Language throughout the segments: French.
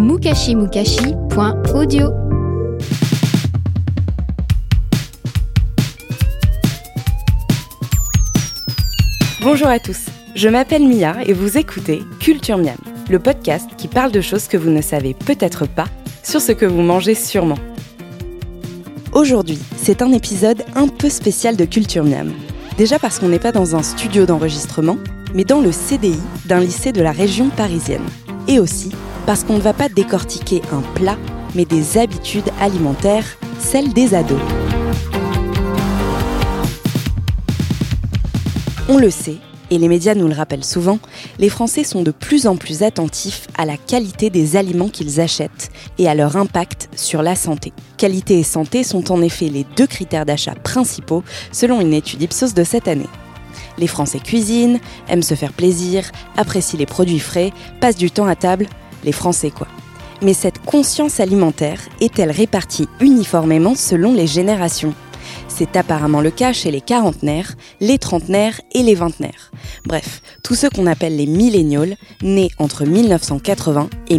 mukashimukashi.audio. Bonjour à tous, je m'appelle Mia et vous écoutez Culture Miam, le podcast qui parle de choses que vous ne savez peut-être pas sur ce que vous mangez sûrement. Aujourd'hui, c'est un épisode un peu spécial de Culture Miam. Déjà parce qu'on n'est pas dans un studio d'enregistrement, mais dans le CDI d'un lycée de la région parisienne. Et aussi parce qu'on ne va pas décortiquer un plat, mais des habitudes alimentaires, celles des ados. On le sait, et les médias nous le rappellent souvent, les Français sont de plus en plus attentifs à la qualité des aliments qu'ils achètent et à leur impact sur la santé. Qualité et santé sont en effet les deux critères d'achat principaux selon une étude Ipsos de cette année. Les Français cuisinent, aiment se faire plaisir, apprécient les produits frais, passent du temps à table, les Français quoi. Mais cette conscience alimentaire est-elle répartie uniformément selon les générations c'est apparemment le cas chez les quarantenaires, les trentenaires et les vingtenaires. Bref, tous ceux qu'on appelle les millénials, nés entre 1980 et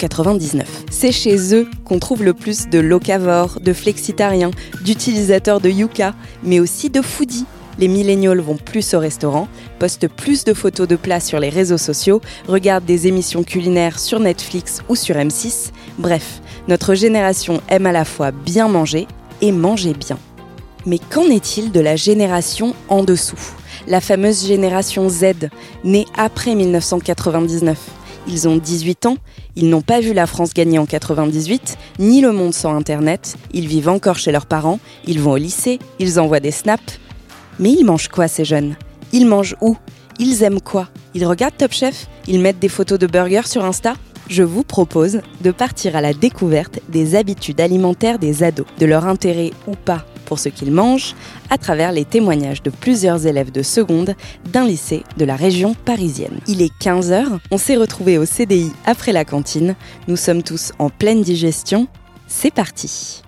1999. C'est chez eux qu'on trouve le plus de locavores, de flexitariens, d'utilisateurs de yucca, mais aussi de foodies. Les millénials vont plus au restaurant, postent plus de photos de plats sur les réseaux sociaux, regardent des émissions culinaires sur Netflix ou sur M6. Bref, notre génération aime à la fois bien manger et manger bien. Mais qu'en est-il de la génération en dessous La fameuse génération Z, née après 1999. Ils ont 18 ans, ils n'ont pas vu la France gagner en 98, ni le monde sans Internet, ils vivent encore chez leurs parents, ils vont au lycée, ils envoient des snaps. Mais ils mangent quoi ces jeunes Ils mangent où Ils aiment quoi Ils regardent Top Chef Ils mettent des photos de burgers sur Insta je vous propose de partir à la découverte des habitudes alimentaires des ados, de leur intérêt ou pas pour ce qu'ils mangent, à travers les témoignages de plusieurs élèves de seconde d'un lycée de la région parisienne. Il est 15h, on s'est retrouvés au CDI après la cantine, nous sommes tous en pleine digestion, c'est parti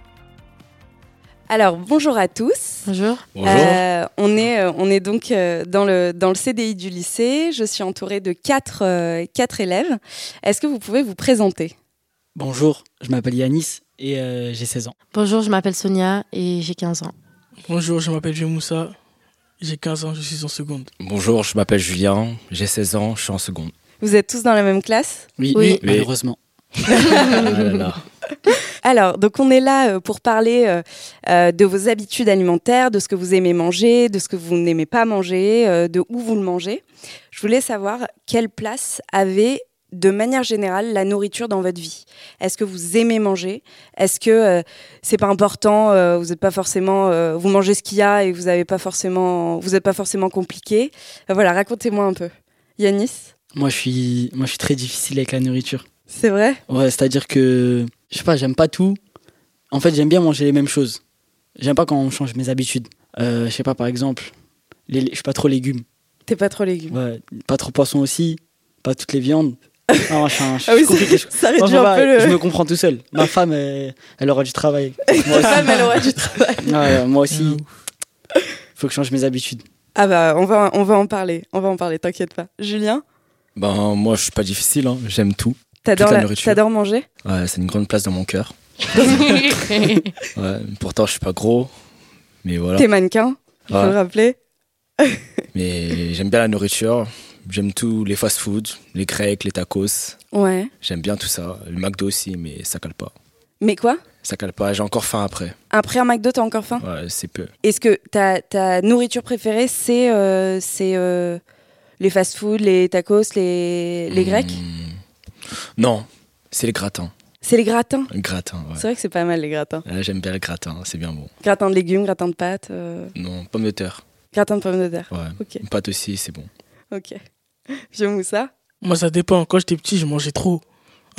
alors bonjour à tous. Bonjour. Euh, on, est, euh, on est donc euh, dans, le, dans le CDI du lycée. Je suis entourée de quatre, euh, quatre élèves. Est-ce que vous pouvez vous présenter Bonjour, je m'appelle Yanis et euh, j'ai 16 ans. Bonjour, je m'appelle Sonia et j'ai 15 ans. Bonjour, je m'appelle Moussa, j'ai 15 ans, je suis en seconde. Bonjour, je m'appelle Julien, j'ai 16 ans, je suis en seconde. Vous êtes tous dans la même classe Oui, Oui. Oui. malheureusement. Ah là là. Alors, donc on est là euh, pour parler euh, euh, de vos habitudes alimentaires, de ce que vous aimez manger, de ce que vous n'aimez pas manger, euh, de où vous le mangez. Je voulais savoir quelle place avait de manière générale la nourriture dans votre vie. Est-ce que vous aimez manger Est-ce que euh, c'est pas important euh, Vous êtes pas forcément, euh, vous mangez ce qu'il y a et vous n'avez pas forcément, vous n'êtes pas forcément compliqué. Euh, voilà, racontez-moi un peu, Yanis. Moi je, suis, moi, je suis très difficile avec la nourriture. C'est vrai Ouais, c'est-à-dire que, je sais pas, j'aime pas tout. En fait, j'aime bien manger les mêmes choses. J'aime pas quand on change mes habitudes. Euh, je sais pas, par exemple, les, je suis pas trop légumes. T'es pas trop légumes. Ouais, pas trop poisson aussi, pas toutes les viandes. Non, je suis un- je suis Ah oui, compliqué, je- ça, ça Moi, réduit ça un va, peu le. Je me comprends tout seul. Ma femme, elle, elle aura du travail. Moi Ta femme, aussi, elle aura Ah. du travail. Ouais, moi aussi faut que je change mes habitudes. Ah bah on va on va en parler, on va en parler, t'inquiète pas. Julien, Ben, moi, je suis pas difficile, hein, j'aime tout. t'adores Toute la la- nourriture. t'adores manger Ouais, c'est une grande place dans mon cœur. Ouais, pourtant, je suis pas gros, mais voilà. T'es mannequin, il faut Ouais. le rappeler. Mais j'aime bien la nourriture, j'aime tout, les fast-foods, les grecs, les tacos. Ouais. J'aime bien tout ça. Le McDo aussi, mais ça cale pas. Mais quoi Ça cale pas, j'ai encore faim après. Après un McDo, t'as encore faim Ouais, c'est peu. Est-ce que ta ta nourriture préférée c'est euh, c'est euh, les fast-food, les tacos, les les grecs Hmm. Non, c'est les gratins. C'est les gratins. Les gratins, ouais. C'est vrai que c'est pas mal les gratins. Ouais, J'aime bien les gratins, c'est bien bon. Gratin de légumes, gratin de pâtes, euh, Non, pommes de terre. gratin de pommes de terre. Ouais. Ok, Une pâte aussi, c'est bon. ok. Je mousse ça. Moi, ça dépend. Quand j'étais petit, je mangeais trop.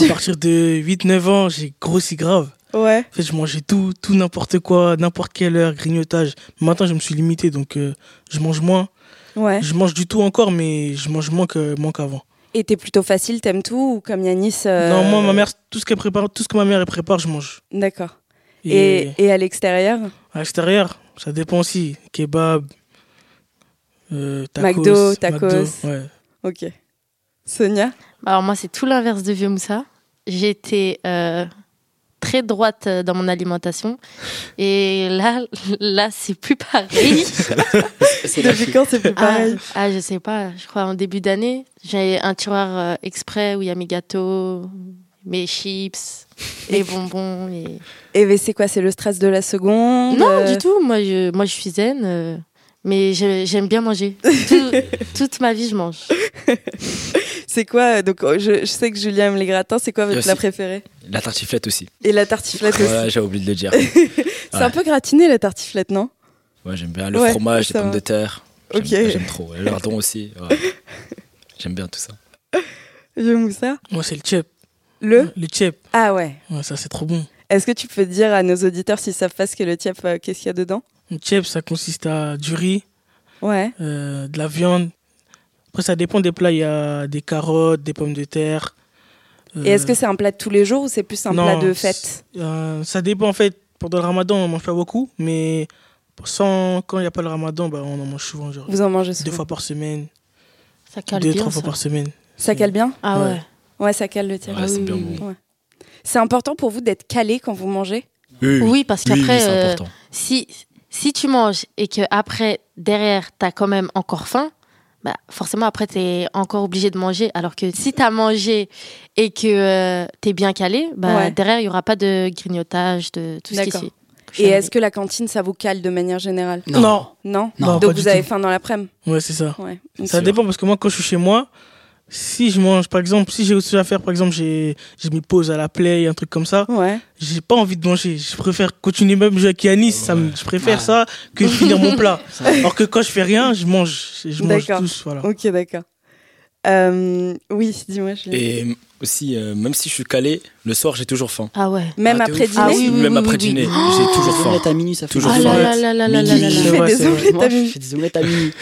À partir de 8-9 ans, j'ai grossi grave. Ouais. En fait, je mangeais tout, tout n'importe quoi, n'importe quelle heure, grignotage. Maintenant, je me suis limité, donc euh, je mange moins. Ouais. Je mange du tout encore, mais je mange moins que- moins qu'avant. Et t'es plutôt facile, t'aimes tout ou comme Yanis euh, Non, moi, ma mère, tout ce qu'elle prépare, tout ce que ma mère elle prépare, je mange. D'accord. Et, Et, et à l'extérieur à l'extérieur, ça dépend aussi. Kebab, euh, tacos. McDo, tacos. ouais. Ok. Sonia Alors moi, c'est tout l'inverse de vieux Moussa. J'ai été euh, très droite euh, dans mon alimentation. Et là, là c'est plus pareil. C'est Depuis quand c'est plus ah, pareil ah, je sais pas. Je crois en début d'année, j'ai un tiroir euh, exprès où il y a mes gâteaux, mes chips, les bonbons. Et... Et ben, c'est quoi C'est le stress de la seconde Non, euh, du tout. Moi, je, moi, je suis zen. euh, Mais j'ai- j'aime bien manger. Tout- toute ma vie, je mange. C'est quoi euh, Donc, oh, je, je sais que Julien aime les gratins. C'est quoi votre Aussi. plat préféré La tartiflette aussi. Et la tartiflette aussi. Voilà, j'ai oublié de le dire. C'est un peu gratiné la tartiflette, non Ouais, j'aime bien le Ouais, fromage, les ça pommes va. de terre. J'aime- ah, Ok. J'aime trop. Et Le lardon aussi. ouais. J'aime bien tout ça. Je moussa. Moi, c'est le chip. Le Le chip. Ah ouais. Ouais, ça, c'est trop bon. Est-ce que tu peux dire à nos auditeurs s'ils savent pas ce qu'est le tiep, euh, qu'est-ce qu'il y a dedans Le chip, ça consiste à du riz, Ouais. euh, de la viande. Après, ça dépend des plats. Il y a des carottes, des pommes de terre. euh, Et est-ce que c'est un plat de tous les jours ou c'est plus un non, plat de c'est- fête Euh, ça dépend, en fait. Pendant le ramadan, on mange pas beaucoup, mais sans, quand il n'y a pas le ramadan, bah, on en mange souvent. Genre, Vous en mangez deux souvent fois par semaine, Ça cale deux, bien, trois fois ça. par semaine. Ça cale bien Ah ouais. Ouais. Ouais, ça cale le tiep. Ouais, c'est bien oui, bon. C'est important pour vous d'être calé quand vous mangez oui. Oui, parce Oui, qu'après, c'est euh, important. si, si tu manges et que après, derrière, t'as quand même encore faim, bah forcément, après, t'es encore obligé de manger. Alors que si t'as mangé et que euh, t'es bien calé, bah, Ouais. derrière, il y aura pas de grignotage, de tout ce qui D'accord. suit. Et est-ce que la cantine, ça vous cale de manière générale Non. Non. Non, Non, Donc pas vous du avez tout. faim dans l'après-midi Ouais, c'est ça. Ouais. Ça sûr. dépend parce que moi quand je suis chez moi, si je mange par exemple, si j'ai aussi à faire par exemple, j'ai j'ai mis pause à la play, un truc comme ça, Ouais. j'ai pas envie de manger. Je préfère continuer même jouer avec Yanis, ça me- je préfère Ouais. ça que de finir mon plat. Alors que quand je fais rien, je mange, je- je mange D'accord. tous, voilà. Ok, d'accord. Euh, oui, dis-moi, Julien. Et aussi, euh, même si je suis calé, le soir, j'ai toujours faim. Ah ouais. Même Ah, t'es après ouf. dîner Ah oui, oui, Même oui, après oui. dîner, Oh j'ai toujours Des faim. omelettes à minuit, ça fait Toujours Ah faim. là là là là là là Midi. là C'est là. fait vrai, des c'est vrai. omelettes. Moi, je fais des omelettes à minuit.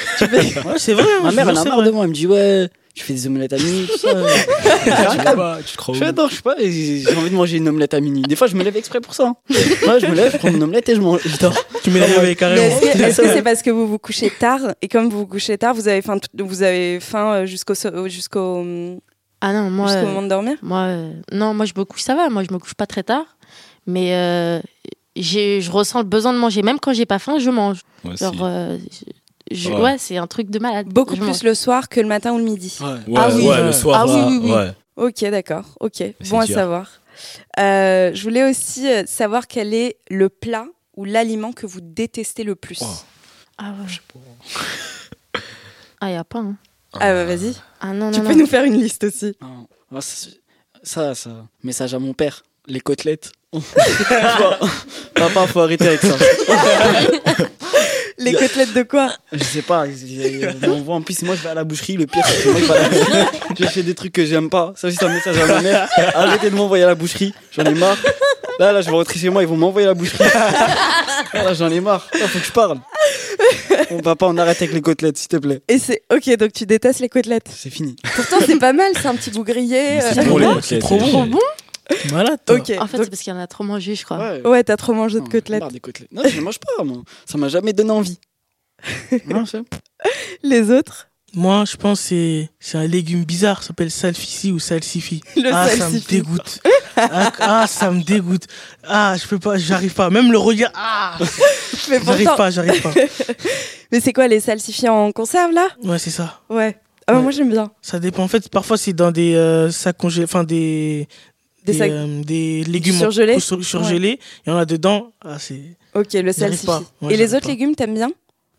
Ouais, c'est vrai. hein, Ma mère, je elle a sais, marre ouais. de moi. Elle me dit, ouais, je fais des omelettes à minuit, tout ça. Ah, tu te crois pas, tu te crois Je où fais, attends, je sais pas, j'ai j'ai envie de manger une omelette à minuit. Des fois, je me lève exprès pour ça. hein. Moi, je me lève, je prends une omelette et je mange. Je dors. Tu mets Ouais. réveil Mais carrément. Est-ce que est-ce que c'est parce que vous vous couchez tard et comme vous vous couchez tard, vous avez faim, tout- vous avez faim euh, jusqu'au so- euh, jusqu'au hum, Ah non, moi. jusqu'au euh, moment de dormir Moi, euh, non, moi je me couche, ça va. Moi je me couche pas très tard, mais euh, j'ai- je ressens le besoin de manger. Même quand j'ai pas faim, je mange. Moi aussi. Genre, euh, je- je- Ouais. ouais, c'est un truc de malade. Beaucoup Je plus mange. le soir que le matin ou le midi. Ouais, Ah oui. ouais, le soir. Ah oui, là, oui, oui. ouais. Ok, d'accord. Ok, bon à dur. savoir. Euh, je voulais aussi euh, savoir quel est le plat ou l'aliment que vous détestez le plus. Oh. Ah ouais. ah y a pas. hein. Ah bah vas-y, Ah non non tu non. peux nous faire une liste aussi. Non. Moi, ça, ça, ça, message à mon père. Les côtelettes. Papa, faut arrêter avec ça. Les côtelettes de quoi Je sais pas. On voit en plus, moi je vais à la boucherie. Le pire, c'est que moi je vais à la boucherie. Je fais des trucs que j'aime pas. Ça, c'est un message à ma mère. Arrêtez de m'envoyer à la boucherie. J'en ai marre. Là, là, je vais rentrer chez moi. Ils vont m'envoyer à la boucherie. Là, là, j'en ai marre. Là, faut que je parle. Bon, papa, on arrête avec les côtelettes, s'il te plaît. Et c'est ok, donc tu détestes les côtelettes. C'est fini. Pourtant c'est pas mal, c'est un petit bout grillé. Mais c'est euh, bon, les bon, côtelettes, c'est trop les- bon. Ah, Trop bon. Voilà, toi. Ok. En fait, donc- c'est parce qu'il y en a trop mangé, je crois. Ouais, t'as trop mangé de Non, côtelettes. j'ai marre des côtelettes. Non, je les mange pas, moi. Ça m'a jamais donné envie. non, c'est- Les autres Moi, je pense que c'est c'est un légume bizarre, ça s'appelle salfici ou salsifi. Le ah, ça salsifi. me dégoûte. ah, ah, ça me dégoûte. Ah, je peux pas, j'arrive pas. Même le regard, ah, Mais j'arrive pourtant, pas, j'arrive pas. mais c'est quoi les salsifis en conserve là Ouais, c'est ça. Ouais. Ah bah, Ouais. moi j'aime bien. Ça dépend. En fait, parfois c'est dans des euh, sacs congé, enfin des Des des, sacs euh, des légumes surgelés en- sur- surgelés. Il y en a dedans. Ah, c'est Ok, le salsifi. J'arrive pas. Ouais, Et les j'arrive autres pas. légumes, t'aimes bien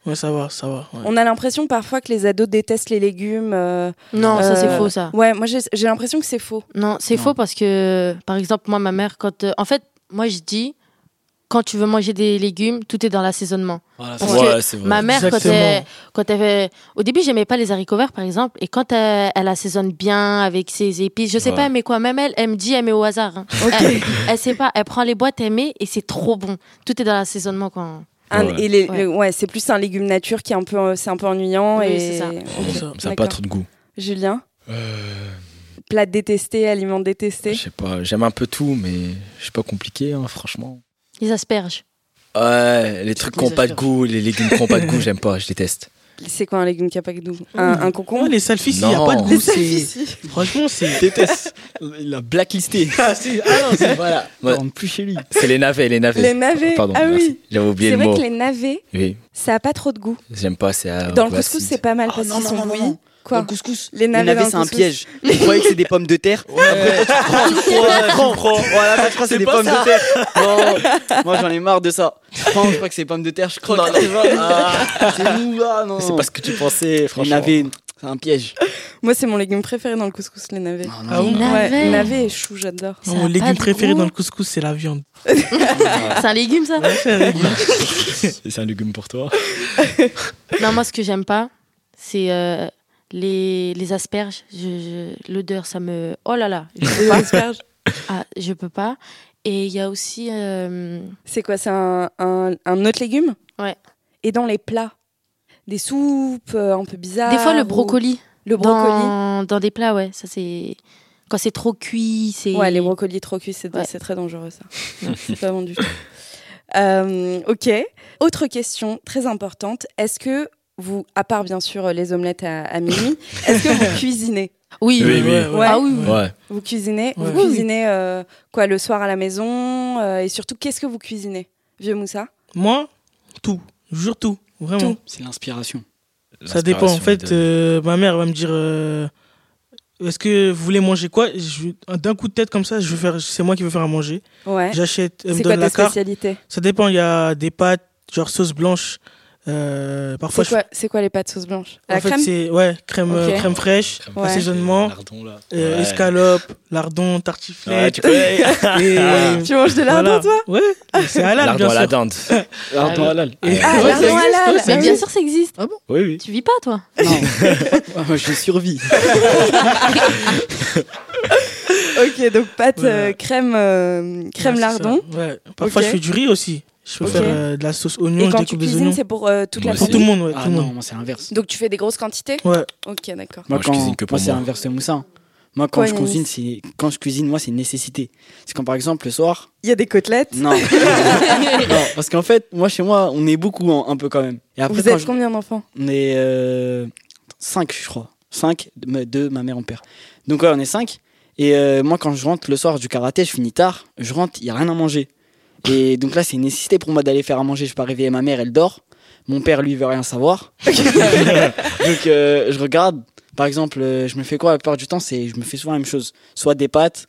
ouais, ça va, ça va. ouais. On a l'impression parfois que les ados détestent les légumes. euh, Non, ça Euh, c'est faux ça. Ouais, moi j'ai j'ai l'impression que c'est faux. Non, c'est Non. faux parce que, par exemple, moi, ma mère, quand. euh, en fait, moi, je dis, quand tu veux manger des légumes, tout est dans l'assaisonnement. Voilà, Parce que c'est vrai. Ma mère, quand Exactement. elle, quand elle fait- Au début, j'aimais pas les haricots verts, par exemple. Et quand elle, elle assaisonne bien avec ses épices, je sais Ouais. pas, elle met quoi Même elle, elle me dit, elle met au hasard. hein. Ah. Elle, elle sait pas, elle prend les boîtes, elle met et c'est trop bon. Tout est dans l'assaisonnement, quoi. Un- Ouais. Et les- Ouais. le- ouais, c'est plus un légume nature qui est un peu, euh, c'est un peu ennuyant Oui, et c'est ça. Ok, Ça Ça n'a d'accord. pas trop de goût. Julien, Euh, plat détesté, aliment je détesté. sais pas, j'aime un peu tout, mais je suis pas compliqué, hein, franchement. Les asperges. Ouais, les trucs qui les n'ont pas de asperges. goût, les légumes qui n'ont pas de goût, j'aime pas, je déteste. C'est quoi un légume qui a pas de goût Ah, Un, un Ouais, concombre les salfis, il n'y a pas de Non. goût. c'est- Franchement, c'est. Déteste. Il a blacklisté. Ah, c'est- ah non, c'est- voilà. Ouais. Il rentre plus chez lui. C'est les navets, les navets. Les navets. Pardon, ah merci. oui. J'avais oublié C'est le vrai mot. que les navets, Oui, ça a pas trop de goût. j'aime pas, c'est. euh, Dans le goût couscous, acide. c'est pas mal Ah, parce non, qu'ils non, sont non, bouillis. non. Quoi Dans le couscous. Les Les navets, navets, dans le c'est un couscous. piège. Vous croyez que c'est des pommes de terre Après, toi, tu prends, tu prends, tu prends, Voilà, ça, je crois que c'est des pommes de terre. Non, moi, j'en ai marre de ça. Je prends, je crois que c'est des pommes de terre, je croque. tu vois. Ah, C'est nous, là, non. C'est pas ce que tu pensais, Les franchement. navets, c'est un piège. Moi, c'est mon légume préféré dans le couscous, les navets. Non, Ah non, bon non. Ouais, Navets. navets et choux, j'adore. Ça Mon a pas légume de préféré goût. dans le couscous, c'est la viande. C'est un légume, ça C'est un légume. C'est un légume pour toi. Non, moi, ce que j'aime pas, c'est euh, les, les asperges. Je- je- L'odeur, ça me. Oh là là, je peux Les pas. asperges. Ah, je peux pas. Et il y a aussi. euh, C'est quoi C'est un, un- un autre légume Ouais. Et dans les plats Des soupes euh, un peu bizarres des fois, le ou- brocoli. Le brocoli. Dans, dans des plats, ouais. Ça, c'est. Quand c'est trop cuit, c'est. Ouais, les brocolis trop cuits, c'est Ouais. c'est très dangereux ça. c'est pas bon du tout. Euh, ok. Autre question très importante. Est-ce que vous, à part bien sûr euh, les omelettes à, à minuit, est-ce que vous cuisinez Oui, Oui, oui. Ouais. Ah oui, oui. Ouais. Vous cuisinez Ouais. Vous cuisinez euh, quoi le soir à la maison euh, Et surtout, qu'est-ce que vous cuisinez Vieux Moussa Moi, tout. Je jure tout. Vraiment. C'est l'inspiration. Ça dépend. En fait, L'aspiration euh, ma mère va me dire euh, Est-ce que vous voulez manger quoi Je- D'un coup de tête comme ça, je vais faire. C'est moi qui vais faire à manger. Ouais. J'achète. Elle me C'est quoi donne ta la carte. spécialité Ça dépend. Il y a des pâtes, genre sauce blanche. euh, parfois, C'est je- quoi, c'est quoi les pâtes sauce blanche À en La fait, crème c'est ouais, crème, euh, Ok. crème fraîche, Crème fraîche, assaisonnement, Lardon, là. euh, Ouais. escalope, lardon, Ouais, tartiflette. tu connais. et, Tu manges de l'ardon, voilà. toi Ouais, c'est halal, Lardon bien à la sûr. Ah, dinde. Lardon oui. halal. Et- Ah, Ouais, lardon ça existe, halal. ouais, ça Mais bien existe. sûr, ça existe. Ah Oui, oui. Tu vis pas, toi Non. Moi, je survis. Ok, donc pâte euh, Ouais. crème, euh, crème Ouais, c'est lardon. ça. Ouais. Parfois, Ok. je fais du riz aussi. Je peux Ok. faire euh, de la sauce Et oignon, je quand tu découpe des cuisines, oignons. c'est pour euh, toute la Moi Pour famille tout le monde, ouais, Ah tout le non, monde. moi, c'est l'inverse. Donc tu fais des grosses quantités Ouais. Ok, d'accord. Moi, Moi, je quand, cuisine que pour moi, c'est moi. l'inverse de Moussin. Moi, quand Quoi, je Yanis cuisine, c'est quand je cuisine, moi, c'est une nécessité. C'est quand, par exemple, le soir, Il y a des côtelettes. non, Non, parce qu'en fait, moi, chez moi, on est beaucoup, hein, un peu quand même. Et après, Vous quand êtes je- combien d'enfants on est 5 je crois, 5 de ma mère, mon père. Donc ouais, on est 5 Et euh, moi, quand je rentre le soir du karaté, je finis tard. Je rentre, il y a rien à manger. Et donc là, c'est une nécessité pour moi d'aller faire à manger. Je peux pas réveiller ma mère, elle dort. Mon père, lui, veut rien savoir. Donc euh, je regarde, par exemple, euh, je me fais quoi la plupart du temps C'est je me fais souvent la même chose, soit des pâtes,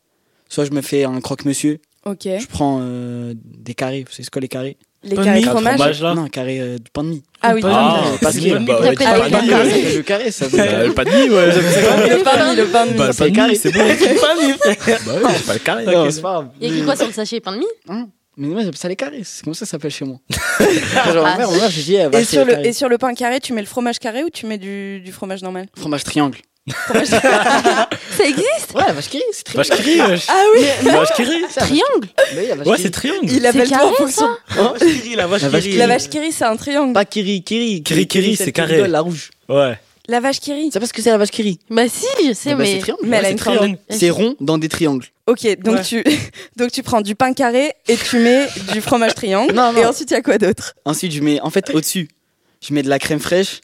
soit je me fais un croque-monsieur. Ok. Je prends euh, des carrés, vous savez ce que les carrés Les Pain de carrés mie. de fromage. Fromage, là. Non, un carré euh, de pain de mie. Ah oui, Pain de pardon. mie. Ah, pas de Parce mie. que- Bah, ouais, T'appelles pas les de mie, carrés. ouais. le carré, ça veut Bah, le pas de mie, ouais. Le pain de mie, le pain de mie. Bah, le C'est pas de carré. mie, c'est bon. Pas mes frères. Bah oui, c'est pas le carré. Non, c'est pas grave. Il y a écrit quoi sur le sachet Pain de mie Mais moi j'appelle ça les carrés, c'est comme ça que ça s'appelle chez moi. Genre, ma mère, ma mère, j'ai dit, eh, va Et acheter sur, les le, carrés. et sur le pain carré, tu mets le fromage carré ou tu mets du, du fromage normal Fromage triangle. Ça existe Ouais, vache qui c'est Vache triangle. qui wesh. Ah oui Vache qui rit. Triangle Mais, la vache Ouais, qui c'est rit. triangle. Il appelle tout en carré, fonction. La vache qui rit, la La vache vache qui qui- rit. La vache kiri, c'est un triangle. Pas Kiri, Kiri. Kiri, Kiri, celle c'est qui carré. rigole, La rouge. Ouais. La vache kiri. Tu sais pas ce que c'est la vache Kiri Bah si, je sais, Eh ben, C'est mais. triangle. Mais elle a Ouais, une c'est triangle. C'est rond dans des triangles. Ok, donc, tu, donc tu prends du pain carré et tu mets du fromage triangle. Non, non. Et ensuite, il y a quoi d'autre Ensuite, je mets en fait au-dessus, je mets de la crème fraîche,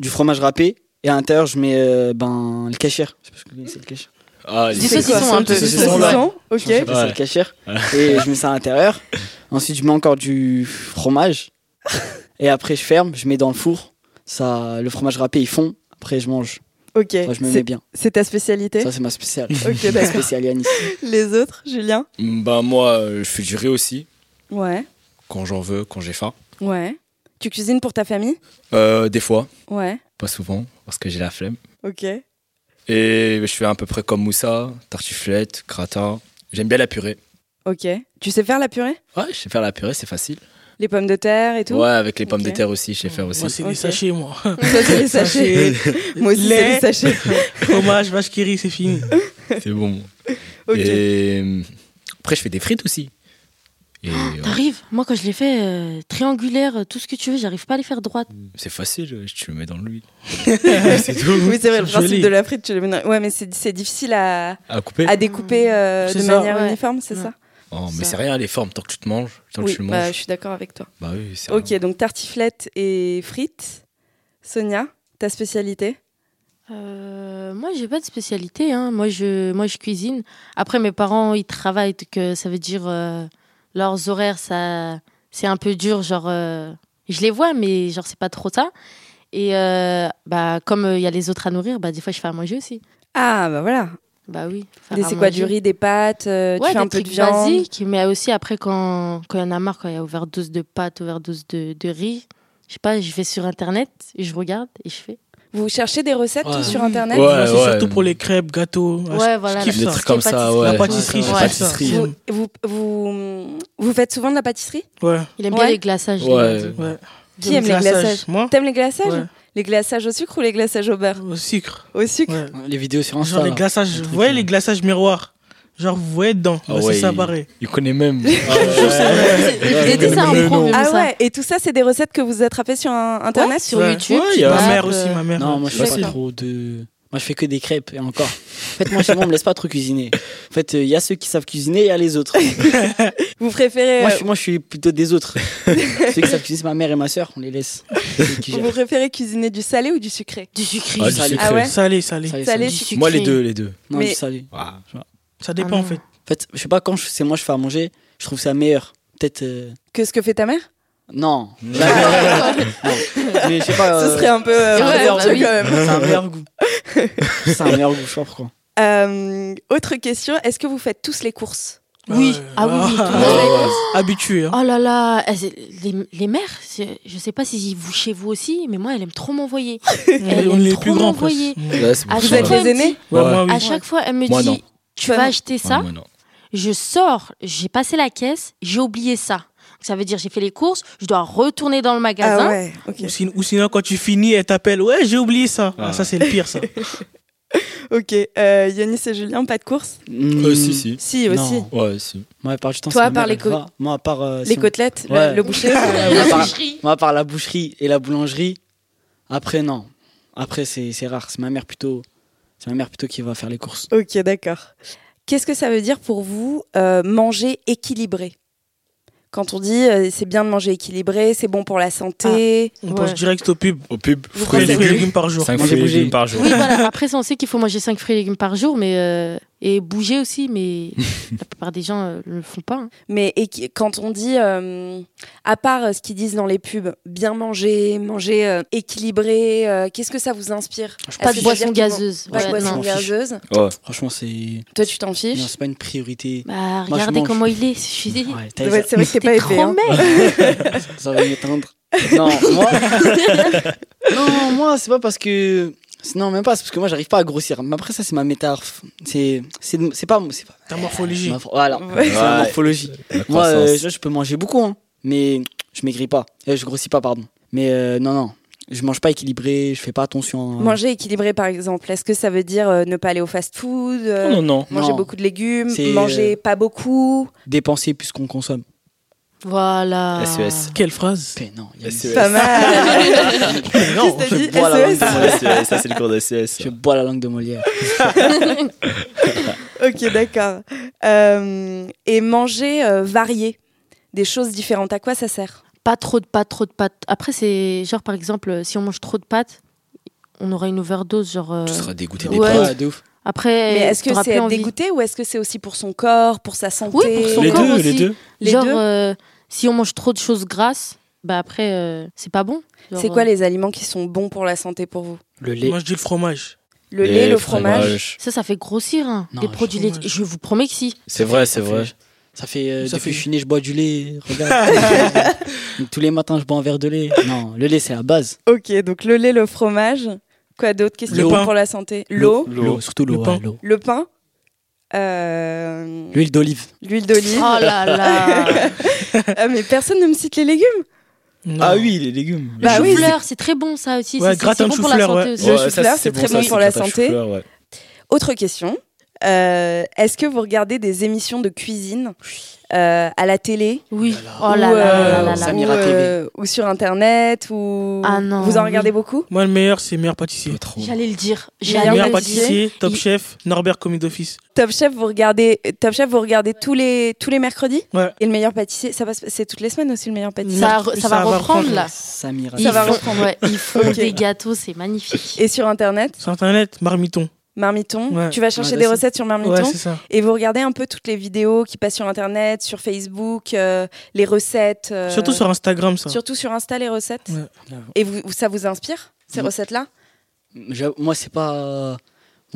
du fromage râpé et à l'intérieur, je mets euh, ben le cachère. Je sais pas ce que vous connaissez, le cachère. Ah, Du les- C'est quoi saucisson, un peu. Du Du saucisson, là. saucisson, Je sais ok. pas, c'est le cachère et je mets ça à l'intérieur. Ensuite, je mets encore du fromage et après je ferme, je mets dans le four. Ça le fromage râpé, il fond. Après, je mange. Ok, Enfin, je me mets C'est- bien. c'est ta spécialité Ça, c'est ma spéciale. Ok, Ma d'accord. spéciale Yanis. Les autres, Julien Bah, moi, euh, je fais du riz aussi. Ouais, Quand j'en veux, quand j'ai faim. ouais. Tu cuisines pour ta famille Euh, des fois, Ouais, pas souvent, parce que j'ai la flemme. ok. Et je fais à peu près comme Moussa, tartiflette, gratin. J'aime bien la purée. Ok. Tu sais faire la purée Ouais, je sais faire la purée, c'est facile. Les pommes de terre et tout Ouais, avec les pommes Ok. de terre aussi, je sais faire aussi. Moi, c'est Ok. des sachets, moi. Ça, c'est des sachets. Moi aussi, c'est des Lait. sachets. Fromage, vache qui rit, c'est fini. C'est bon. Ok. Et euh, après, je fais des frites aussi. Et ouais, T'arrives Moi, quand je les fais euh, triangulaires, euh, tout ce que tu veux, j'arrive pas à les faire droites. Mm. c'est facile, tu le mets dans l'huile. Oui, c'est vrai, le Joli. principe de la frite, tu le mets dans- Ouais, mais c'est c'est difficile à, À couper à découper euh, de C'est ça, manière ouais. uniforme, c'est Ouais. ça Oh, ça. mais c'est rien, les formes, tant que tu te manges, tant que Oui, tu le bah, manges. je suis d'accord avec toi. Bah oui, c'est Ok, rien. donc tartiflette et frites. Sonia, ta spécialité Euh, moi, j'ai pas de spécialité. Hein. Moi, je, moi, je cuisine. Après, mes parents, ils travaillent, donc euh, ça veut dire euh, leurs horaires, ça, c'est un peu dur. Genre, euh, je les vois, mais genre, c'est pas trop ça. Et euh, bah, comme euh, il y a les autres à nourrir, bah, des fois, je fais à manger aussi. Ah, bah voilà. Bah oui. faire Des à c'est quoi manger. du riz, des pâtes, euh, tu Ouais, fais des un peu de trucs viande. basiques, mais aussi après, quand quand il y en a marre, quand il y a overdose de pâtes, overdose de, de riz, je sais pas, je vais sur Internet, et je regarde et je fais. Vous cherchez des recettes Ouais. tous sur internet Ouais, Moi, Mmh. c'est ouais. surtout pour les crêpes, gâteaux. Ah, Ouais, voilà. là, kiffe Des ça. tout ce trucs qui est comme ça, pâtisserie. ouais. La pâtisserie, Ouais, j'aime la ça. pâtisserie. vous, vous, vous, vous faites souvent de la pâtisserie Ouais, Il aime Ouais. bien les glaçages. les Ouais. gars. ouais. Qui aime les glaçages Moi T'aimes les glaçages Ouais. Les glaçages au sucre ou les glaçages au beurre Au sucre. Au sucre Ouais. Les vidéos sur Insta. Genre les là. glaçages, Un vous truc, voyez euh, les glaçages miroirs Genre vous voyez dedans, Ah bah, ouais, c'est ça il- pareil. Il connaît même. Ah, J'ai dit ça en Mais pro, non. mais Ah ça. ouais, et tout ça, c'est des recettes que vous attrapez sur un- Ouais, internet sur Ouais. YouTube. Ouais, tu y a- tapes, Ma mère aussi, euh, ma mère. Non, moi je fais Facile. pas trop de. Moi je fais que des crêpes et encore. En fait, moi chez moi on me laisse pas trop cuisiner. En fait, il y a ceux qui savent cuisiner et il y a les autres. Vous préférez, euh, moi, je suis, moi je suis plutôt des autres. ceux qui savent cuisiner, c'est ma mère et ma soeur, on les laisse. Ceux qui vous gèrent. préférez cuisiner du salé ou du sucré Du sucré. Ah, du du salé. sucré. Ah ouais Salé, salé. Salé, Salé, salé. sucré. Moi, les deux, les deux. Non, Mais- du salé. Ça Ah non. dépend en fait. En fait, je sais pas quand je- c'est moi je fais à manger, je trouve ça meilleur. Peut-être. euh, Que ce que fait ta mère Non. Là, non. Mais je sais pas. Ce euh, serait un peu euh, c'est un ouais, meilleur bah goût. oui. quand même. C'est un meilleur goût. C'est un meilleur goût, je sais pas pourquoi. Euh, autre question, est-ce que vous faites tous les courses Oui. Ouais. Ah oui, oui, tout le monde. Oh, Habitué. hein. Oh là là, elles- les, les mères, c'est- je sais pas si vous chez vous aussi, mais moi elle aime trop m'envoyer. Ah Elle on aime est les trop plus grands presque. m'envoyer. Ouais. là, c'est À pour Vous ça, chaque êtes là. fois, elle les me aînés dit- Ouais, Ouais. moi, oui. Ah, À chaque fois, elle me Moi, non. dit, tu Toi, vas non. acheter Ouais, ça. moi, non. Je sors, j'ai passé la caisse, j'ai oublié ça. Ça veut dire j'ai fait les courses, je dois retourner dans le magasin. Ah ouais, ok. Ou, sin- ou sinon, quand tu finis, elle t'appelle. Ouais, j'ai oublié ça. Ah, Ah. ça, c'est le pire, ça. Ok, euh, Yanis et Julien, pas de courses Euh, si, si. Si, aussi. Hmm. Non. Ouais, si. Moi, à part du temps, Toi, c'est à ma part mère, les elle co- va. Moi, à part. euh, Les si on- côtelettes, le- Ouais. le, boucher Euh, Moi, à part- boucherie. Moi, à part la Ah, boucherie et la boulangerie, après, non. Après, c'est c'est rare. C'est ma mère plutôt. C'est ma mère plutôt qui va faire les courses. Ok, d'accord. Qu'est-ce que ça veut dire pour vous euh, manger équilibré Quand on dit euh, c'est bien de manger équilibré, c'est bon pour la santé. On Ouais. pense direct au pub. Au pub, Vous fruits et pensez- Fruits et légumes. légumes par jour. 5 Moi, j'ai fruits et bougé. légumes par jour. Oui, voilà. Après, ça, on sait qu'il faut manger 5 fruits et légumes par jour, mais euh, et bouger aussi, mais la plupart des gens euh, ne le font pas. hein. Mais équi- quand on dit, euh, à part euh, ce qu'ils disent dans les pubs, bien manger, manger euh, équilibré, euh, qu'est-ce que ça vous inspire Je Pas Est-ce de que ça veut dire boisson qu'ils vont- gazeuse. Ah, Pas de Ouais, boisson non. je m'en fiche. gazeuse. Ouais. Franchement, c'est. Toi, tu t'en non, fiches c'est pas une priorité. Bah, Moi, je regardez mange. comment il est. Je suis dit, Ouais, t'as- Ouais, C'est vrai que c'est pas t'es épais. trop hein. maigre. ça, ça va m'éteindre. Non, moi. non, moi, c'est pas parce que. Non, même pas, c'est parce que moi, j'arrive pas à grossir. Mais après, ça, c'est ma métarphe. C'est c'est c'est pas. C'est pas Ta morphologie. ma- voilà, Ouais. c'est ma Ouais. morphologie. La Moi, euh, croissance. je, je peux manger beaucoup, hein, mais je maigris pas. Euh, je grossis pas, pardon. Mais euh, non, non, je mange pas équilibré, je fais pas attention. à- Manger équilibré, par exemple, est-ce que ça veut dire euh, ne pas aller au fast-food euh, Non, non. Manger Non. beaucoup de légumes, C'est, manger euh, pas beaucoup. Dépenser plus qu'on consomme. Voilà. E SES. Quelle phrase Mais non, il y a SES. Pas mal. Non, Qu'est-ce que t'as dit E je bois la langue SES. de Molière. Ça, c'est le cours de SES. Je bois la langue de Molière. Ok, d'accord. Euh, et manger euh, varié, des choses différentes, à quoi ça sert Pas trop de pâtes, trop de pâtes. Après, c'est genre, par exemple, si on mange trop de pâtes, on aura une overdose. Genre, euh, Tu seras dégoûté des Ouais. pâtes. Ouais, de ouf. Après, Mais est-ce que t'auras c'est plus être envie. dégoûté ou est-ce que c'est aussi pour son corps, pour sa santé Oui, pour son Les corps deux, aussi. les deux. Les genre, deux euh, si on mange trop de choses grasses, bah après, euh, c'est pas bon. Genre, C'est quoi euh, les aliments qui sont bons pour la santé pour vous Le lait. Moi, je dis le fromage. Le lait, Les le fromage. euh, Ça, ça fait grossir. hein. Non, les je- produits laitiers. Je vous promets que si. C'est vrai, c'est vrai. Ça fait euh, Ça depuis que fait- je suis né, je bois du lait. Regarde. Donc, Tous les matins, je bois un verre de lait. Non, le lait, c'est la base. Ok, donc le lait, le fromage. Quoi d'autre Qu'est-ce qui est Le bon pain. pour la santé L'eau, L'eau, surtout l'eau. Le pain. ouais, l'eau. le pain euh, L'huile d'olive. l'huile d'olive. Oh là là. Euh, mais personne ne me cite les légumes. Non. Ah oui, les légumes. Bah oui, chou-fleur, c'est très bon ça aussi. Ouais, c'est- c'est gratin bon de pour la chou-fleur, santé ouais. aussi. Le Ouais, chou-fleur, ça, c'est bon, très ça, bon c'est pour la gratin santé. chou-fleur, ouais. Autre question. Euh, Est-ce que vous regardez des émissions de cuisine euh, à la télé Oui. Oh ou, là là euh, là là là. Samira ou, euh, ou sur internet ou Ah non, vous en oui. regardez beaucoup Moi, le meilleur, c'est meilleur pâtissier. Pas trop. J'allais le dire. Meilleur J'allais Meilleur le dire. pâtissier, top Il- chef, Norbert commis d'office. Top Chef vous regardez Top Chef vous regardez tous les tous les mercredis Ouais. et le meilleur pâtissier ça passe c'est toutes les semaines aussi le meilleur pâtissier Ça, re- ça va reprendre là. Samira. Ils Ça va font- reprendre. ouais, ils font Ok. des gâteaux, c'est magnifique. et sur internet Sur internet, marmiton. Marmiton Ouais. tu vas chercher Ouais, des là, c'est- recettes sur Marmiton Ouais, c'est ça. et vous regardez un peu toutes les vidéos qui passent sur internet sur Facebook euh, les recettes euh, Surtout sur Instagram, ça. surtout sur Insta les recettes Ouais. et vous ça vous inspire ces Oui. recettes là J'avoue, Moi, c'est pas. toi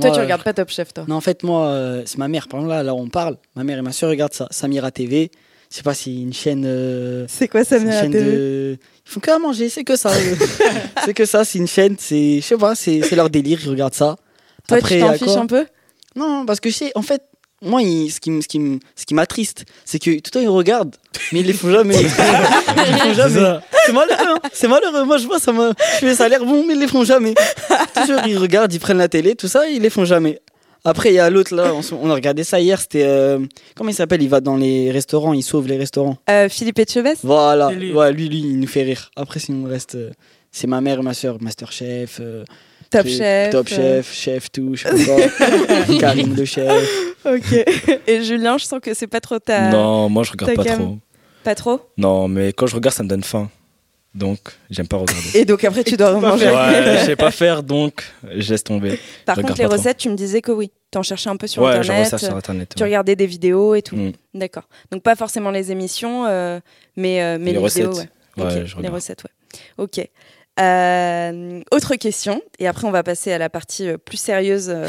moi, tu euh, regardes pas Top Chef toi Non, en fait, moi, euh, c'est ma mère. Par exemple, là, là, on parle. Ma mère et ma soeur regardent ça. Samira TV. Je sais pas si une chaîne. euh, c'est quoi c'est une chaîne de- Ils font que à manger, c'est que ça. euh. c'est que ça, c'est une chaîne. C'est, je sais pas, c'est, c'est leur délire. Ils regardent ça. toi Après, tu t'en à fiches quoi un peu Non, parce que je sais, en fait, moi, il- ce, qui, me- ce, qui, me- ce qui m'attriste, c'est que tout le temps, ils regardent, mais ils les font jamais. ils les font C'est jamais. ça. C'est malheureux, hein. c'est malheureux. Moi, je vois, ça, m'a- je fais, ça a l'air bon, mais ils les font jamais. Toujours, ils regardent, ils prennent la télé, tout ça, ils les font jamais. Après, il y a l'autre, là, on, s- on a regardé ça hier, c'était. euh, comment il s'appelle Il va dans les restaurants, il sauve les restaurants. Euh, Philippe Etchebest Voilà, C'est lui. Ouais, lui, lui, il nous fait rire. Après, sinon, le reste, euh, c'est ma mère et ma soeur, Masterchef. euh, Top truc, Chef Top euh, Chef, Chef tout, je sais pas. Karim le chef. Ok. Et Julien, je sens que c'est pas trop euh, ta. Non, moi, je regarde t'as pas quand même- trop. Pas trop. Non, mais quand je regarde, ça me donne faim. Donc, j'aime pas regarder. Et donc après, tu dois manger. Ouais, je sais pas faire, donc je laisse tomber. Par je contre, regarde les pas trop. recettes, tu me disais que oui. T'en cherchais un peu sur ouais, je Internet. recherche sur Internet. Tu ouais. regardais des vidéos et tout. Mm. D'accord. Donc pas forcément les émissions, euh, mais, euh, mais les, les recettes. vidéos. Ouais. Ouais, Ok, je les regarde. recettes, ouais. Ok. Euh, autre question, et après on va passer à la partie euh, plus sérieuse euh,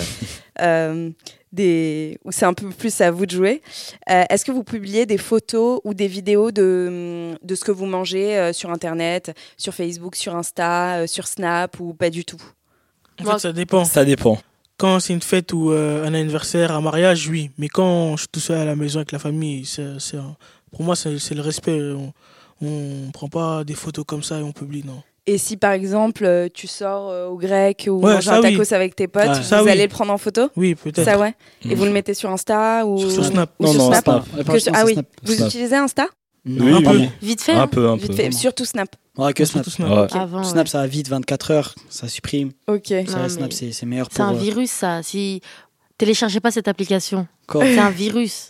euh, des, où c'est un peu plus à vous de jouer. Euh, Est-ce que vous publiez des photos ou des vidéos de, hum, de ce que vous mangez euh, sur Internet, sur Facebook, sur Insta, euh, sur Snap ou pas du tout En Moi- fait, ça dépend. Ça dépend. Quand c'est une fête ou euh, un anniversaire, un mariage, oui. Mais quand je suis tout seul à la maison avec la famille, c'est, c'est un- pour moi, c'est, c'est le respect. On, on prend pas des photos comme ça et on publie, non. Et si par exemple euh, tu sors euh, au grec ou Ouais, manger ça, un oui. tacos avec tes potes, Ouais. vous Ça, oui. allez le prendre en photo Oui, peut-être. Ça ouais Et Mm. vous le mettez sur Insta ou Sur- sur Snap. ou sur Snap hein. Snap. Que sur- Ah oui, vous Snap. utilisez Insta Oui, Non, pas oui. moi. Vite fait. Ah, Un hein. peu, un Vite peu. fait, Vraiment. surtout Snap. Ouais, que Snap. Surtout Snap. Ouais. Avant, euh, ouais. Snap, ça va vite, 24 heures, ça supprime. Ok. Ça, Non, Snap, mais c'est c'est meilleur C'est pour. un euh, virus ça. Si téléchargez pas cette application, corps. c'est un virus.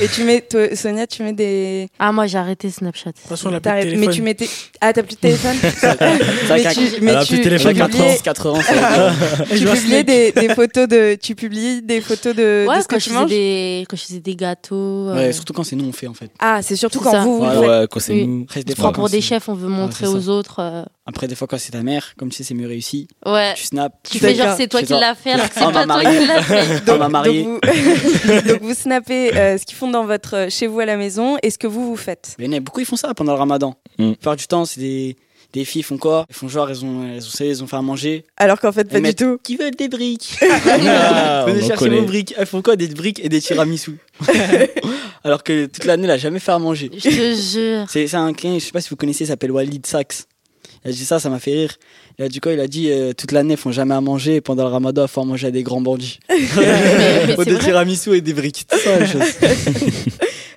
Et tu mets, toi, Sonia, tu mets des. Ah moi j'ai arrêté Snapchat. De toute façon, on l'a plus de t'arrêtes- téléphone. Mais tu mettais. Ah, t'as plus de téléphone Ça, Mais qu'un- tu, Elle mais a plus tu, de tu téléphone, publiais- 4 4 ans. ans, Ah, ça- tu publiais des, des photos de. Tu publies des photos de, de Ouais, ce quand que je tu faisais manges des quand je faisais des gâteaux. euh, Ouais, surtout quand c'est nous, on fait en fait. Ah, c'est surtout C'est quand ça. vous. vous Ouais, le faites. Ouais, quand c'est Oui. nous. Après, on des se fois, prend Ouais. pour des chefs, on veut montrer c'est ça. aux autres. euh, Après, des fois, quand c'est ta mère, comme tu sais, c'est mieux réussi, Ouais. tu snaps. Euh, Tu fais genre D'accord. c'est toi C'est qui ça. l'as fait alors que c'est Ah, pas ma toi mariée. qui l'as fait. On m'a marié. Donc vous, donc vous snappez euh, ce qu'ils font dans votre, chez vous à la maison et ce que vous vous faites. Mais il y en a beaucoup, ils font ça pendant le ramadan. Mm. La plupart du temps, c'est des, des filles, font quoi Elles font genre, elles ont, elles ont, elles ont fait à manger. Alors qu'en fait, pas Elles du mettent, tout. Qui veulent des briques Ah, on Venez en chercher connaît. vos briques. Elles font quoi Des briques et des tiramisu. Alors que toute l'année, elle a jamais fait à manger. Je te jure. C'est c'est un client, je sais pas si vous connaissez, il s'appelle Walid Sachs. Il a dit ça, ça m'a fait rire. Il a dit quoi Il a dit euh, toute l'année, ils font jamais à manger et pendant le ramadan, il faut en manger à des grands bandits. mais Faut c'est des vrai. tiramisu et des briques. C'est ça, la chose.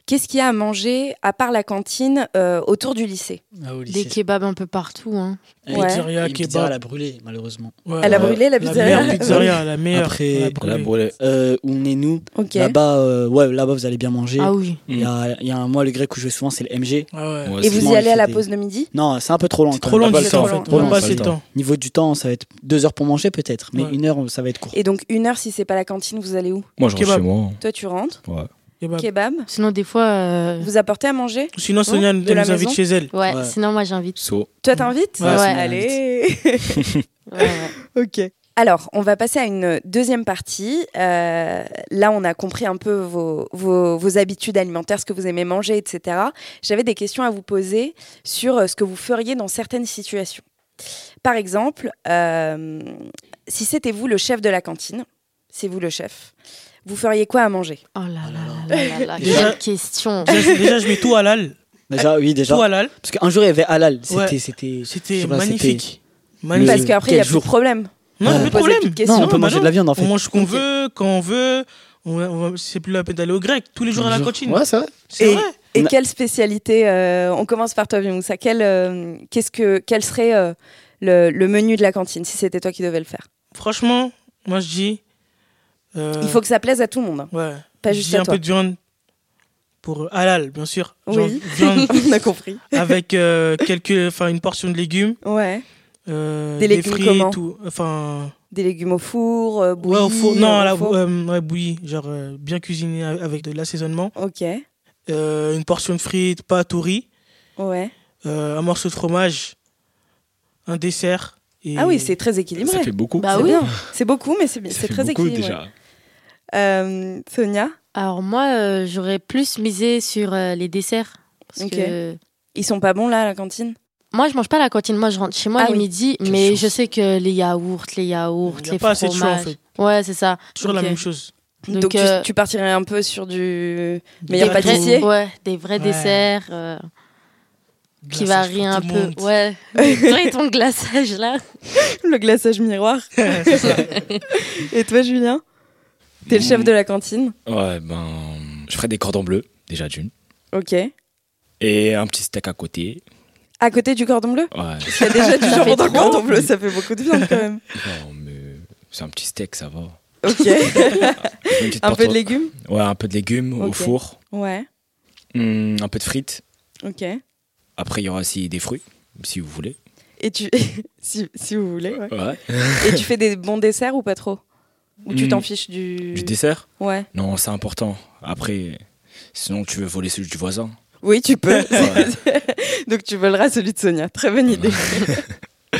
Qu'est-ce qu'il y a à manger, à part la cantine, euh, autour du lycée Ah Des kebabs un peu partout. Hein. Et Ouais. Pizzeria, une pizza, elle kebab. a brûlé, malheureusement. Ouais, Elle a ouais. brûlé, la pizzeria La meilleure pizzeria, la meilleure. Après, on la l'a Elle brûlée. a brûlé. Euh, où on est nous Ok. Là-bas, euh, ouais, là-bas, vous allez bien manger. Ah oui. Il y a, il y a un mois, le grec où je vais souvent, c'est le MG. Ah ouais. Ouais, Et c'est- vous Sinon, y il allez à fait la des- pause de midi Non, c'est un peu trop lent. C'est quand trop même. long, On a de pas se le trop temps. long. temps. Trop On long, n'a on pas a assez pas de le temps. Niveau du temps, ça va être deux heures pour manger peut-être, mais Ouais. une heure, ça va être court. Et donc, une heure, si c'est pas la cantine, vous allez où Moi, je rentre Kebab. chez moi. Toi, tu rentres. Ouais. Kebab. Kebab. Sinon des fois. euh, Vous apportez à manger bah, Sinon, Sonia de elle la nous invite maison. chez elle. Ouais, Ouais. Sinon moi j'invite. So, Toi, t'invites c'est Ouais, bien, Allez Ouais, ouais. Ok. Alors, on va passer à une deuxième partie. Euh, là, on a compris un peu vos, vos- vos habitudes alimentaires, ce que vous aimez manger, etc. J'avais des questions à vous poser sur euh, ce que vous feriez dans certaines situations. Par exemple, euh, si c'était vous le chef de la cantine, c'est vous le chef, vous feriez quoi à manger Oh là là là là là, Déjà- quelle question. Déjà, déjà, je mets tout halal. Déjà, oui, déjà. Tout halal. Parce qu'un jour, il y avait halal. C'était. euh, Ouais. C'était je C'était sais pas, magnifique. Mais Parce Magnifique. qu'après, il n'y a quel plus jour de problème. Non, Ouais. j'ai plus de Posez problème. plus de Non, questions. on peut bah manger non. de la viande en fait. On mange ce qu'on Ok. veut, quand on veut. On va- on va- c'est plus la peine d'aller au grec. Tous les jours à la cantine. Ouais, c'est vrai. C'est Et- vrai. Et On a- quelle spécialité euh, On commence par toi, Moussa. Quel, euh, qu'est-ce que, quel serait euh, le, le menu de la cantine si c'était toi qui devais le faire Franchement, moi je dis. euh, Il faut que ça plaise à tout le monde. hein. Ouais. Pas Je juste dis à un toi. peu de viande. Pour euh, halal, bien sûr. Genre, Oui. viande On a compris. avec euh, quelques, enfin une portion de légumes, Ouais. euh, Des des, légumes frites, comment tout, enfin Des légumes au four, euh, bouillis. ouais, au four, non, euh, à au la four. euh, ouais, bouillie, genre euh, bien cuisiné a- avec de l'assaisonnement, Ok. Euh, une portion de frites, pâtes au riz, Ouais. euh, un morceau de fromage, un dessert. Et Ah oui, c'est très équilibré. Ça fait beaucoup. Bah C'est oui. bien. C'est beaucoup, mais c'est, bien- Ça c'est fait très beaucoup, équilibré. déjà. Euh, Sonia, Alors moi, euh, j'aurais plus misé sur euh, les desserts. Parce Ok. que ils sont pas bons là à la cantine moi, je mange pas à la cantine. Moi, je rentre chez moi Ah le oui. midi, Quelle mais chance. je sais que les yaourts, les yaourts, Il y a les pas assez de fromages. choix, en fait. Ouais, c'est ça. toujours Ok. la même chose. Donc, Donc, tu, euh, tu partirais un peu sur du. Mais il Des n'y a pas gâteaux, d'huissier Ouais, des vrais Ouais. desserts euh, qui glaçage varient pour un tout le peu. monde. Ouais. Toi et ton glaçage là. Le glaçage miroir. C'est ça. Et toi, Julien T'es le chef de la cantine Ouais, ben. Je ferai des cordons bleus, déjà d'une. Ok. Et un petit steak à côté. À côté du cordon bleu Ouais. Il y a déjà du Ça jambon fait dans le trop. cordon bleu, ça fait beaucoup de viande quand même. non, mais c'est un petit steak, ça va. Ok. Une petite un peu porte- de légumes Ouais, un peu de légumes au Ok. four. Ouais. Hum, un peu de frites. Ok. Après, il y aura aussi des fruits, si vous voulez. Et tu. si, si vous voulez, ouais. Ouais. Et tu fais des bons desserts ou pas trop Ou tu Mm. t'en fiches du. Du dessert Ouais. Non, c'est important. Après, sinon, tu veux voler celui du voisin. Oui, tu peux. Ouais. Donc tu voleras celui de Sonia. Très bonne idée.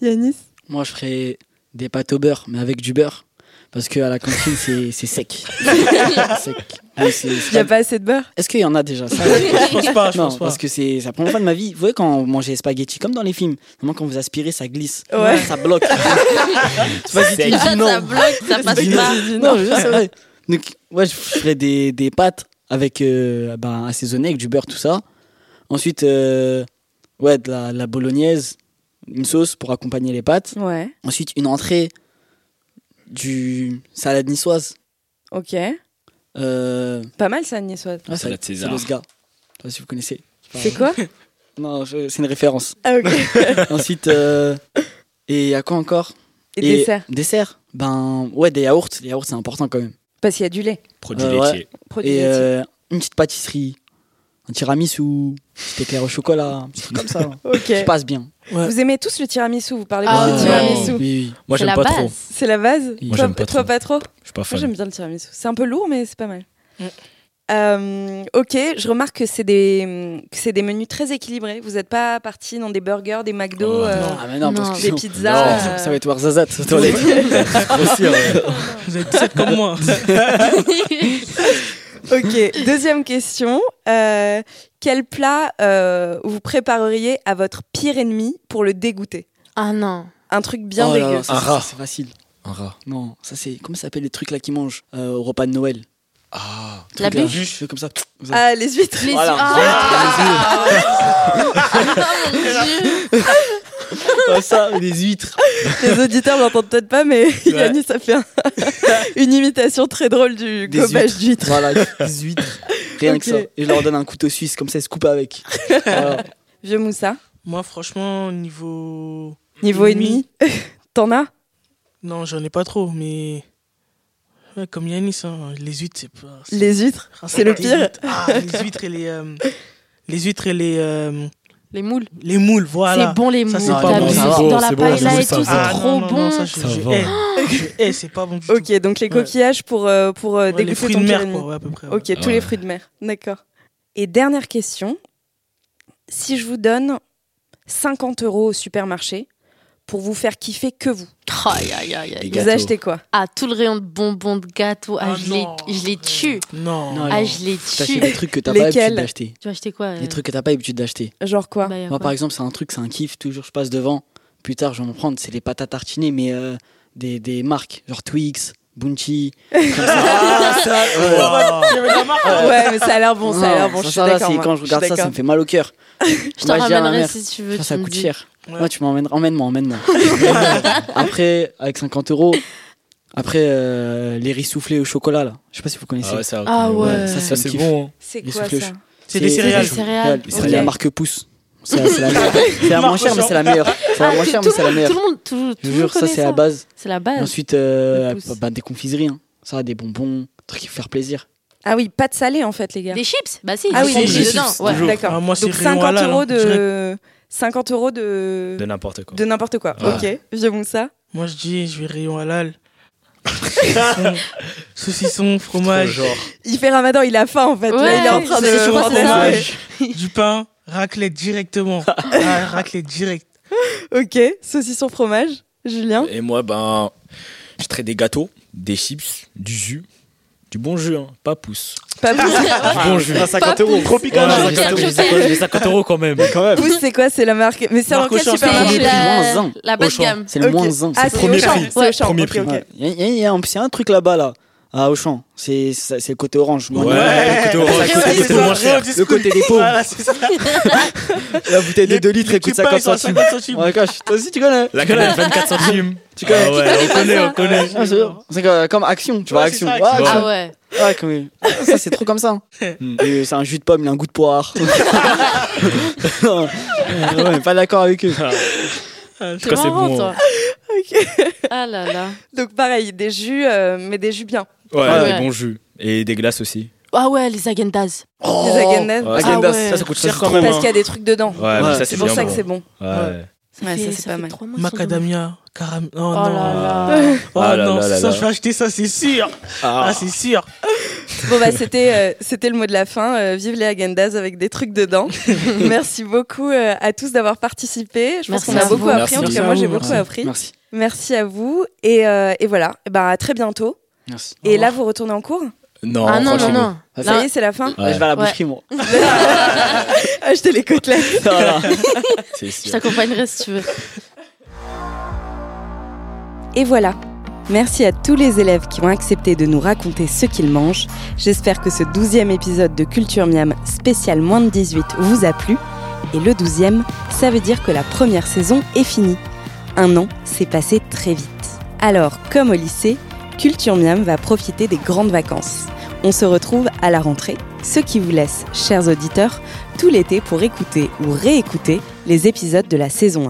Yanis Moi, je ferais des pâtes au beurre, mais avec du beurre. Parce qu'à la cantine, c'est c'est sec. C'est sec. Oui, c'est- c'est Il n'y a pas- pas assez de beurre Est-ce qu'il y en a déjà ça je pense pas, je Non, pense pas. parce que c'est c'est la première fois de ma vie. Vous voyez, quand on mangeait des spaghettis, comme dans les films, moment quand vous aspirez, ça glisse. Ouais. Ça bloque. Vas-y, C'est tu dis Ça, non. ça bloque, ça passe Dis non. Bah, pas. Non, je- c'est vrai. Donc, ouais, je ferais des, des pâtes avec, euh, ben, assaisonnées avec du beurre, tout ça. Ensuite, euh, ouais, de la, la bolognaise, une sauce pour accompagner les pâtes. Ouais. Ensuite, une entrée du salade niçoise. Ok. Euh, Pas mal ça, niçoise. ah, Salade c'est- César. C'est le gars. Je sais pas si vous connaissez. C'est quoi Non, je- c'est une référence. Ah, ok. Ensuite, euh, et à quoi encore Et dessert Dessert. Ben, ouais, des yaourts. Les yaourts, c'est important quand même. Parce qu'il y a du lait. Produit Euh, laitier. Produit Et laitier. euh, une petite pâtisserie. Un tiramisu, un petit éclair au chocolat, un petit truc comme ça. là. Ok. Qui passe bien. Vous aimez tous le tiramisu, vous parlez beaucoup Ah de ouais. tiramisu. Oui, oui. Moi, C'est j'aime la pas base. trop. C'est la base Moi, Toi, j'aime pas toi, trop. pas trop Je suis pas Moi, fan. j'aime bien le tiramisu. C'est un peu lourd, mais c'est pas mal. Mm. Euh, ok, je remarque que c'est des, mm, que c'est des menus très équilibrés. Vous n'êtes pas parti dans des burgers, des McDo, Oh, euh, Ah, mais non, parce Non. que des sinon- pizzas. euh, Ça va être Warzazat, dans les Vous êtes sept comme moi. Ok, deuxième question. Euh, quel plat euh, vous prépareriez à votre pire ennemi pour le dégoûter Ah non. Un truc bien Oh là là, dégueu. ça, Un c'est- rat. C'est facile. Un rat. Non, ça c'est. Comment ça s'appelle les trucs là qu'ils mangent euh, au repas de Noël Ah. La Truc, là, bûche je fais comme ça. Ah, les huîtres. Les Voilà. yeux. Ah, Ah, mon Dieu. Comme ça, des huîtres. Les auditeurs l'entendent peut-être pas, mais Yannis a fait un- une imitation très drôle du Des gobage d'huîtres. Voilà, des huîtres. Rien Ok. que ça. Et je leur donne un couteau suisse, comme ça ils se coupent avec. Voilà. Vieux Moussa, Moi, franchement, niveau. niveau ennemi, Ennemi. t'en as Non, j'en ai pas trop, mais. Ouais, comme Yanis, hein, les huîtres, c'est pas. c'est- Les huîtres, Ah, c'est le les pire. huîtres. Ah, les huîtres et les. euh, les huîtres et les. euh, Les moules. les moules, voilà. C'est bon les moules. Ça, c'est T'as pas bon, vu, ça va, dans la c'est bon, paella les moules, et ça tout, va. Ah, c'est non, trop bon. non, Ah. bah, non, ça, je, Ça je va. hais. Je hais, c'est pas bon du tout. Ok, donc les coquillages pour, euh, pour euh, Ouais, les dégoûter fruits ton de pire mer, ennemi. quoi, ouais, à peu près. ouais. Ok, tous Ouais. les fruits de mer, d'accord. Et dernière question, si je vous donne 50 euros au supermarché pour vous faire kiffer que vous, Oh, Aïe, aïe, aïe, aïe. Les vous gâteaux. achetez quoi Ah, tout le rayon de bonbons, de gâteaux. Ah, Ah, je les- non. je les tue. Non. Non, Ah, je les T'achètes tue. des trucs que t'as pas Lesquels l'habitude d'acheter. Tu as acheté quoi euh, Des trucs que t'as pas l'habitude d'acheter. Genre quoi bah, y a Moi quoi par exemple, c'est un truc, c'est un kiff. Toujours je passe devant. Plus tard, je vais en prendre. C'est les pâtes à tartiner, mais euh, des, des marques, genre Twix, Ah, Bunchi. Oh. Ah euh, Ouais, mais ça a l'air bon, ça a l'air bon. Non, je suis Ah, ça, là, d'accord. c'est moi. quand je regarde suis ça, ça me d'accord. fait mal au cœur. Je Moi, t'en dis à ma ramènerai mère, si tu veux. ah, Ça, ça tu me coûte dis. cher. Ouais. Moi, tu m'emmèneras. Emmène-moi, emmène-moi. Après, avec 50 euros. Après, euh, les riz soufflés au chocolat, là. Je sais pas si vous connaissez. Ah ouais, ça, Ah ouais. ça, Ça, c'est c'est bon. hein. C'est Les quoi soufflés ça C'est des C'est céréales. des céréales. C'est Ok. la marque Pousse. C'est c'est la, meilleure. C'est la moins Marque chère, mais c'est la meilleure. C'est la Ah, moins tout- chère, tout mais c'est la le monde- meilleure. Tout le monde, tout, tout Je le vous monde jure, ça, connaît c'est la base. C'est Ah. la Et base. Ensuite, euh, le pouce. bah, des confiseries. hein. Ça, des bonbons, trucs qui font faire plaisir. Ah oui, pas de salé en fait, les gars. Des chips Bah si, Ah oui, des des chips chips. dedans. ouais. toujours. D'accord. Ah, moi, c'est Donc Rayon 50 Halal, euros hein. Je de 50 euros de De n'importe quoi. de n'importe quoi. Ouais. Ok, vieux Moussa. Moi, je dis, je vais rayon halal. Saucisson, saucisson, fromage, Genre. Il fait Ramadan, il a faim en fait. Là, Ouais, il est en train de. c'est chaud, prendre c'est des- ça, Ouais. ouais. du pain, raclette directement. Ah, raclette direct. Ok, saucisson fromage. Julien. Et moi, ben, je traite des gâteaux, des chips, du jus, du bon jus, hein, pas pouce. Pas pouce. Ah, bon jus. À Ah, 50 euros, gros piquant. Ouais, à j'ai 50 euros. quelque chose. J'ai 50 euros quand même. Quand même. Pouce, c'est quoi C'est la marque. Mais c'est dans Marque quel Auchan, C'est supermarché Auchan. la, Moins un. la bas de Auchan. gamme. C'est le Ok. moins un. Ah, C'est c'est le premier Auchan. prix. C'est Auchan. Premier ok, prix. ok. Ouais. Il y a- il y a- il y a en plus, il y a un truc là-bas, là, à Auchan. C'est c'est- c'est le côté orange. Moi, Ouais, le côté orange, Ouais, le c'est côté moins cher. Le côté des pauvres. Voilà, c'est ça. Ah La bouteille de 2 litres, elle coûte petits 50 pains, ils sont à centimes. 50 centimes. Ouais, cache. Toi aussi, tu connais. La canne 24 centimes. Tu connais- ah ouais, on connaît, on connaît. Ah, c'est vrai. C'est comme- comme Action, tu vois, Ouais, c'est Action. ça, Ouais, Action. Action. Ah ouais. Ouais, comme- ça c'est trop comme ça. Hmm. Et c'est un jus de pomme, il a un goût de poire. Non. Euh, ouais, pas d'accord avec eux. Ah. T'es c'est marrant, bon. toi. Ok. Ah là là. Donc pareil, des jus, euh, mais des jus bien. Ouais, Ouais. des bons jus. Et des glaces aussi. Ah ouais, les agendas. Des Häagen-Dazs. Ah Oh. Ouais. Häagen-Dazs, Ça, ça coûte cher c'est quand trop même. Parce hein. qu'il y a des trucs dedans. Ouais, mais Ouais, ça, C'est c'est pour bien ça que bon. c'est bon. Ouais. Ouais, fait- ça, c'est pas fait mal. trois mois sur le dos. Macadamia, caramel. Oh, Oh non. là là. Oh hein. Ah là non, là ça, là là. je vais acheter ça, c'est sûr. Ah, c'est sûr. Bon bah c'était euh, c'était le mot de la fin. Euh, vive les Agendas avec des trucs dedans. Merci beaucoup euh, à tous d'avoir participé. Je pense Merci qu'on à a vous. beaucoup appris. En tout Merci cas à moi vous, j'ai beaucoup merci. appris. Merci. Merci à vous et, euh, et voilà. Et ben à très bientôt. Merci. Et là vous retournez en cours. Non, Ah non, non, Oh, franchement. non. Ça Là- y est c'est la fin. Ouais, Je vais à la boucherie, moi. Achetez les côtelettes. Voilà. C'est Je sûr. t'accompagnerai si tu veux. Et voilà. Merci à tous les élèves qui ont accepté de nous raconter ce qu'ils mangent. J'espère que ce 12e épisode de Culture Miam spécial moins de 18 vous a plu. Et le 12e, ça veut dire que la première saison est finie. Un an s'est passé très vite. Alors, comme au lycée, Culture Miam va profiter des grandes vacances. On se retrouve à la rentrée, ce qui vous laisse, chers auditeurs, tout l'été pour écouter ou réécouter les épisodes de la saison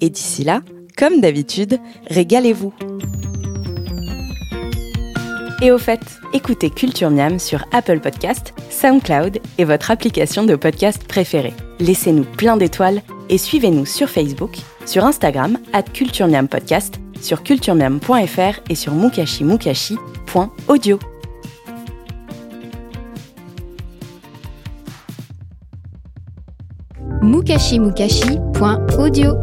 1. Et d'ici là, comme d'habitude, régalez-vous. Et au fait, écoutez Culture Miam sur Apple Podcast, SoundCloud et votre application de podcast préférée. Laissez-nous plein d'étoiles et suivez-nous sur Facebook, sur Instagram, at Culture Miam Podcast, sur culturemiam.fr et sur mukashimukashi.audio. mukashimukashi.audio.